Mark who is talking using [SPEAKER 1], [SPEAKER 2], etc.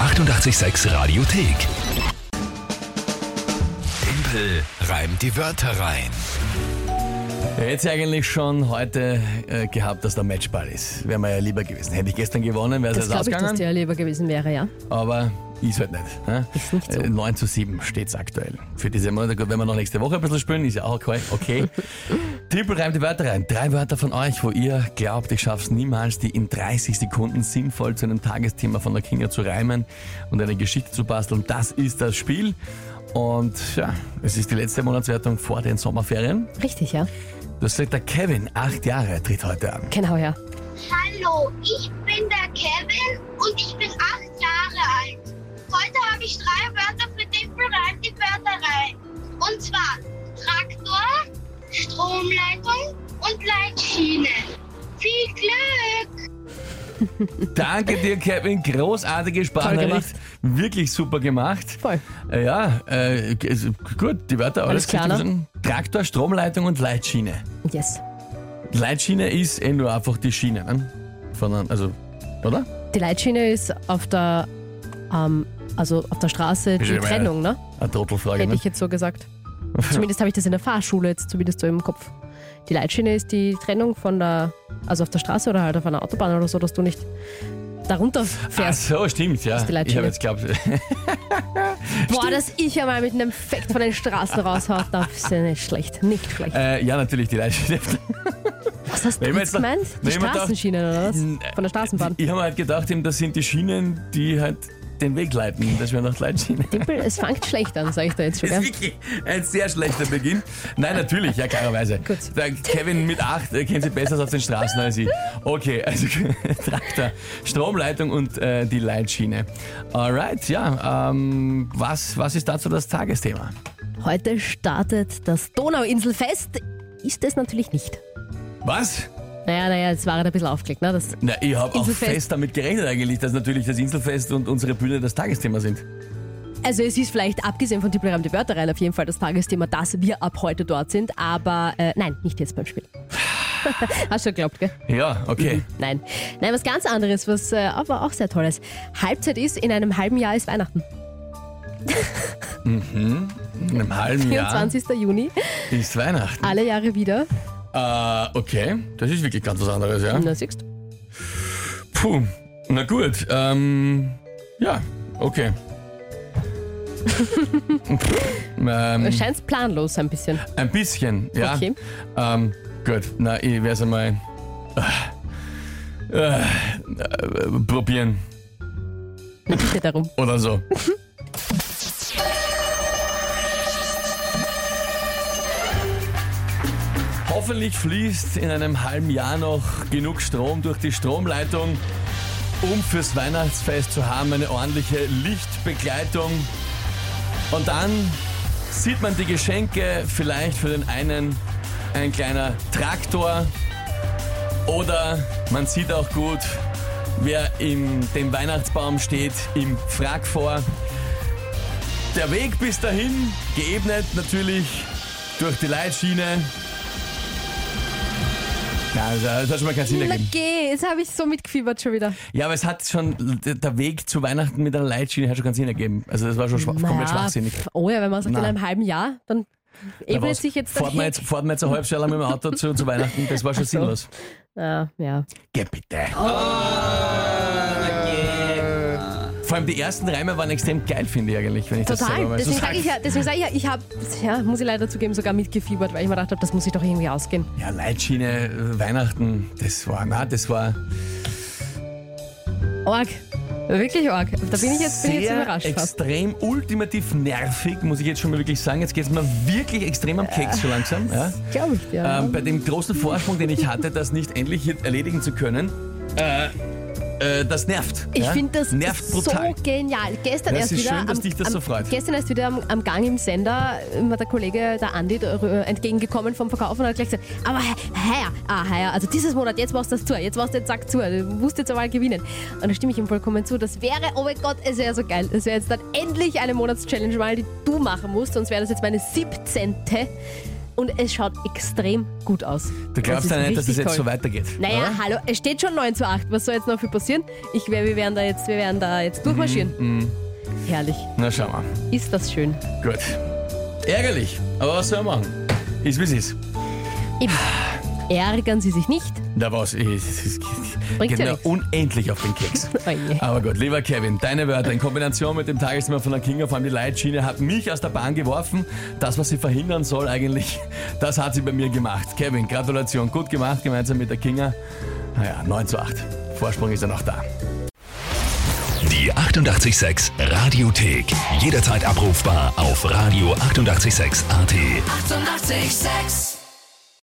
[SPEAKER 1] 886 Radiothek. Tempel reimt die Wörter rein.
[SPEAKER 2] Ich hätte eigentlich schon heute äh, gehabt, dass der Matchball ist. Wäre mir ja lieber gewesen. Hätte ich gestern gewonnen, wäre es
[SPEAKER 3] Das
[SPEAKER 2] jetzt
[SPEAKER 3] glaube ich, dass
[SPEAKER 2] ausgegangen.
[SPEAKER 3] der lieber gewesen wäre, ja.
[SPEAKER 2] aber ist halt nicht. Ne?
[SPEAKER 3] Ist nicht so.
[SPEAKER 2] Äh, 9 zu 7 steht es aktuell. Für diese Monate. Gut, Wenn wir noch nächste Woche ein bisschen spielen, ist ja auch okay. okay. Tippel reimt die Wörter rein. Drei Wörter von euch, wo ihr glaubt, ich schaff's niemals, die in 30 Sekunden sinnvoll zu einem Tagesthema von der Kinga zu reimen und eine Geschichte zu basteln. Das ist das Spiel. Und ja, es ist die letzte Monatswertung vor den Sommerferien.
[SPEAKER 3] Richtig, ja.
[SPEAKER 2] Das sagt der Kevin, acht Jahre, tritt heute an.
[SPEAKER 3] Genau, ja.
[SPEAKER 4] Hallo, ich bin der Kevin und ich bin acht Jahre alt. Heute habe ich drei Wörter für den Bereich die Wörter rein. Und zwar Traktor, Stromleitung und Leitschiene. Viel Glück!
[SPEAKER 2] Danke dir, Kevin. Großartige Sprachnachricht.
[SPEAKER 3] gemacht.
[SPEAKER 2] Wirklich super gemacht.
[SPEAKER 3] Voll.
[SPEAKER 2] Äh, Ja, äh, g- also, g- gut, die Wörter alles
[SPEAKER 3] Alles klar,
[SPEAKER 2] gut
[SPEAKER 3] ne?
[SPEAKER 2] gewesen. Traktor, Stromleitung und Leitschiene.
[SPEAKER 3] Yes.
[SPEAKER 2] Leitschiene ist eh nur einfach die Schiene, ne? Von einem, also, oder?
[SPEAKER 3] Die Leitschiene ist auf der, ähm, also auf der Straße
[SPEAKER 2] Bist du
[SPEAKER 3] die
[SPEAKER 2] dabei?
[SPEAKER 3] Trennung, ne?
[SPEAKER 2] Eine Trottelfrage,
[SPEAKER 3] Hätte
[SPEAKER 2] ne?
[SPEAKER 3] ich jetzt so gesagt. Zumindest habe ich das in der Fahrschule jetzt zumindest so im Kopf. Die Leitschiene ist die Trennung von der, also auf der Straße oder halt auf einer Autobahn oder so, dass du nicht darunter
[SPEAKER 2] Ach
[SPEAKER 3] fährst.
[SPEAKER 2] so, Ah, stimmt, ja.
[SPEAKER 3] die
[SPEAKER 2] Ich habe
[SPEAKER 3] Leitschiene.
[SPEAKER 2] jetzt glaubt,
[SPEAKER 3] Boah, dass ich einmal mit einem Fakt von den Straßen raushaut, das ist ja nicht schlecht. Nicht schlecht.
[SPEAKER 2] äh, ja, natürlich die Leitschiene.
[SPEAKER 3] Was hast du
[SPEAKER 2] wenn wir
[SPEAKER 3] jetzt
[SPEAKER 2] jetzt noch-
[SPEAKER 3] gemeint? Die
[SPEAKER 2] wenn wir doch-
[SPEAKER 3] Straßenschienen oder was? Von der Straßenbahn.
[SPEAKER 2] Ich habe halt gedacht, eben, das sind die Schienen, die halt den Weg leiten. Das wäre noch die Leitschiene.
[SPEAKER 3] Dimpel, es fängt schlecht an, sag ich dir jetzt schon.
[SPEAKER 2] Das ist
[SPEAKER 3] Gell?
[SPEAKER 2] wirklich ein sehr schlechter Beginn. Nein, natürlich, ja, klarerweise.
[SPEAKER 3] Gut.
[SPEAKER 2] Der Kevin mit 8 äh, kennt sich besser aus auf den Straßen als ich. Okay, also Traktor, Stromleitung und äh, die Leitschiene. Alright, ja, ähm, was, was ist dazu das Tagesthema?
[SPEAKER 3] Heute startet das Donauinselfest. Ist es natürlich nicht.
[SPEAKER 2] Was?
[SPEAKER 3] Naja, naja, jetzt war er ein bisschen aufgelegt, ne? Das,
[SPEAKER 2] Na, ich habe auch
[SPEAKER 3] Inselfest.
[SPEAKER 2] fest damit gerechnet eigentlich, dass natürlich das Inselfest und unsere Bühne das Tagesthema sind.
[SPEAKER 3] also es ist vielleicht, abgesehen von Dippelram die Wörter rein, auf jeden Fall das Tagesthema, dass wir ab heute dort sind, aber äh, nein, nicht jetzt beim Spiel. Hast du geglaubt, gell?
[SPEAKER 2] Ja, okay.
[SPEAKER 3] Nein. Nein, was ganz anderes, was äh, aber auch sehr tolles. Halbzeit ist, in einem halben Jahr ist Weihnachten.
[SPEAKER 2] In einem halben Jahr
[SPEAKER 3] 24. Juni,
[SPEAKER 2] ist Weihnachten.
[SPEAKER 3] alle Jahre wieder.
[SPEAKER 2] Äh, okay, das ist wirklich ganz was anderes, ja.
[SPEAKER 3] Na, siehst du?
[SPEAKER 2] Puh, na gut, ähm, ja, okay. ähm,
[SPEAKER 3] Scheint planlos ein bisschen.
[SPEAKER 2] ein bisschen, ja.
[SPEAKER 3] Okay.
[SPEAKER 2] Ähm, gut, na, ich werde es einmal äh, äh, probieren
[SPEAKER 3] Na, bitte darum.
[SPEAKER 2] oder so. Hoffentlich fließt in einem halben Jahr noch genug Strom durch die Stromleitung, um fürs Weihnachtsfest zu haben eine ordentliche Lichtbegleitung. Und dann sieht man die Geschenke vielleicht für den einen ein kleiner Traktor oder man sieht auch gut, wer in dem Weihnachtsbaum steht, im Frack vor. Der Weg bis dahin, geebnet natürlich durch die Leitschiene. Na, also, das hat schon mal keinen Sinn
[SPEAKER 3] Na
[SPEAKER 2] ergeben.
[SPEAKER 3] geh, jetzt habe ich so mitgefiebert schon wieder.
[SPEAKER 2] Ja, aber es hat schon, der Weg zu Weihnachten mit einer Leitschiene hat schon keinen Sinn ergeben. Also das war schon schwa komplett schwachsinnig.
[SPEAKER 3] pf, Oh ja, wenn man sagt,
[SPEAKER 2] Na.
[SPEAKER 3] in einem halben Jahr, dann
[SPEAKER 2] Da
[SPEAKER 3] ebnet
[SPEAKER 2] war's.
[SPEAKER 3] sich jetzt der
[SPEAKER 2] fahren wir jetzt,
[SPEAKER 3] Weg.
[SPEAKER 2] fahren wir jetzt ein halbes Jahr lang mit dem Auto zu, zu Weihnachten, das war schon sinnlos.
[SPEAKER 3] Ja, ja.
[SPEAKER 2] Geh bitte.
[SPEAKER 3] Oh.
[SPEAKER 2] Ah, Vor allem die ersten Reime waren extrem geil, finde ich eigentlich, wenn ich das selber
[SPEAKER 3] Total.
[SPEAKER 2] mal so
[SPEAKER 3] Deswegen sage
[SPEAKER 2] sage.
[SPEAKER 3] ich ja, deswegen sag ich ja, ich habe, ja, muss ich leider zugeben, sogar mitgefiebert, weil ich mir gedacht habe, das muss ich doch irgendwie ausgehen.
[SPEAKER 2] Ja, Leitschiene, äh, Weihnachten, das war, na, das war
[SPEAKER 3] Org. Wirklich Org. Da bin ich jetzt, bin ich jetzt
[SPEAKER 2] sehr
[SPEAKER 3] überrascht fast.
[SPEAKER 2] extrem ultimativ nervig, muss ich jetzt schon mal wirklich sagen. Jetzt geht es mir wirklich extrem am Keks so langsam. Ja?
[SPEAKER 3] Glaube ich dir.
[SPEAKER 2] Ähm, bei dem großen Vorsprung, den ich hatte, das nicht endlich hier erledigen zu können, äh, äh, das nervt.
[SPEAKER 3] Ich
[SPEAKER 2] ja?
[SPEAKER 3] finde das
[SPEAKER 2] nervt
[SPEAKER 3] so
[SPEAKER 2] brutal.
[SPEAKER 3] genial. Gestern
[SPEAKER 2] Das
[SPEAKER 3] erst
[SPEAKER 2] ist
[SPEAKER 3] wieder,
[SPEAKER 2] schön, dass
[SPEAKER 3] am,
[SPEAKER 2] dich das
[SPEAKER 3] am,
[SPEAKER 2] so freut.
[SPEAKER 3] Gestern erst wieder am, am Gang im Sender äh, war der Kollege, der Andi, der, äh, entgegengekommen vom Verkauf und hat gleich gesagt, aber heuer, ah, heuer, also dieses Monat, jetzt machst du das zu, jetzt machst du den Sack zu, du musst jetzt einmal gewinnen. Und da stimme ich ihm vollkommen zu. Das wäre, oh mein Gott, es wäre so geil. Das wäre jetzt dann endlich eine Monatschallenge mal, die du machen musst, sonst wäre das jetzt meine 17. und es schaut extrem gut aus.
[SPEAKER 2] Du glaubst
[SPEAKER 3] ist
[SPEAKER 2] ja nicht, dass es
[SPEAKER 3] richtig
[SPEAKER 2] jetzt
[SPEAKER 3] toll.
[SPEAKER 2] so weitergeht.
[SPEAKER 3] Naja,
[SPEAKER 2] oder?
[SPEAKER 3] hallo, es steht schon 9 zu 8. Was soll jetzt noch viel passieren? Ich, wär- wir werden da jetzt, wir werden da jetzt durchmarschieren. Herrlich.
[SPEAKER 2] Na, schau mal.
[SPEAKER 3] Ist das schön.
[SPEAKER 2] Gut. Ärgerlich, aber was soll man machen? Ist wie es ist.
[SPEAKER 3] Eben. Ärgern Sie sich nicht.
[SPEAKER 2] Na was, ich- es ist-
[SPEAKER 3] Bringt
[SPEAKER 2] geht
[SPEAKER 3] ja
[SPEAKER 2] mir
[SPEAKER 3] nichts.
[SPEAKER 2] unendlich auf den Keks.
[SPEAKER 3] Oh je.
[SPEAKER 2] Aber gut, lieber Kevin, deine Wörter in Kombination mit dem Tagesthema von der Kinga, vor allem die Leitschiene, hat mich aus der Bahn geworfen. Das, was sie verhindern soll eigentlich, das hat sie bei mir gemacht. Kevin, Gratulation, gut gemacht, gemeinsam mit der Kinga. Naja, 9 zu 8. Vorsprung ist ja noch da.
[SPEAKER 1] Die 886 Radiothek. Jederzeit abrufbar auf radio886.at. 886!
[SPEAKER 5] 886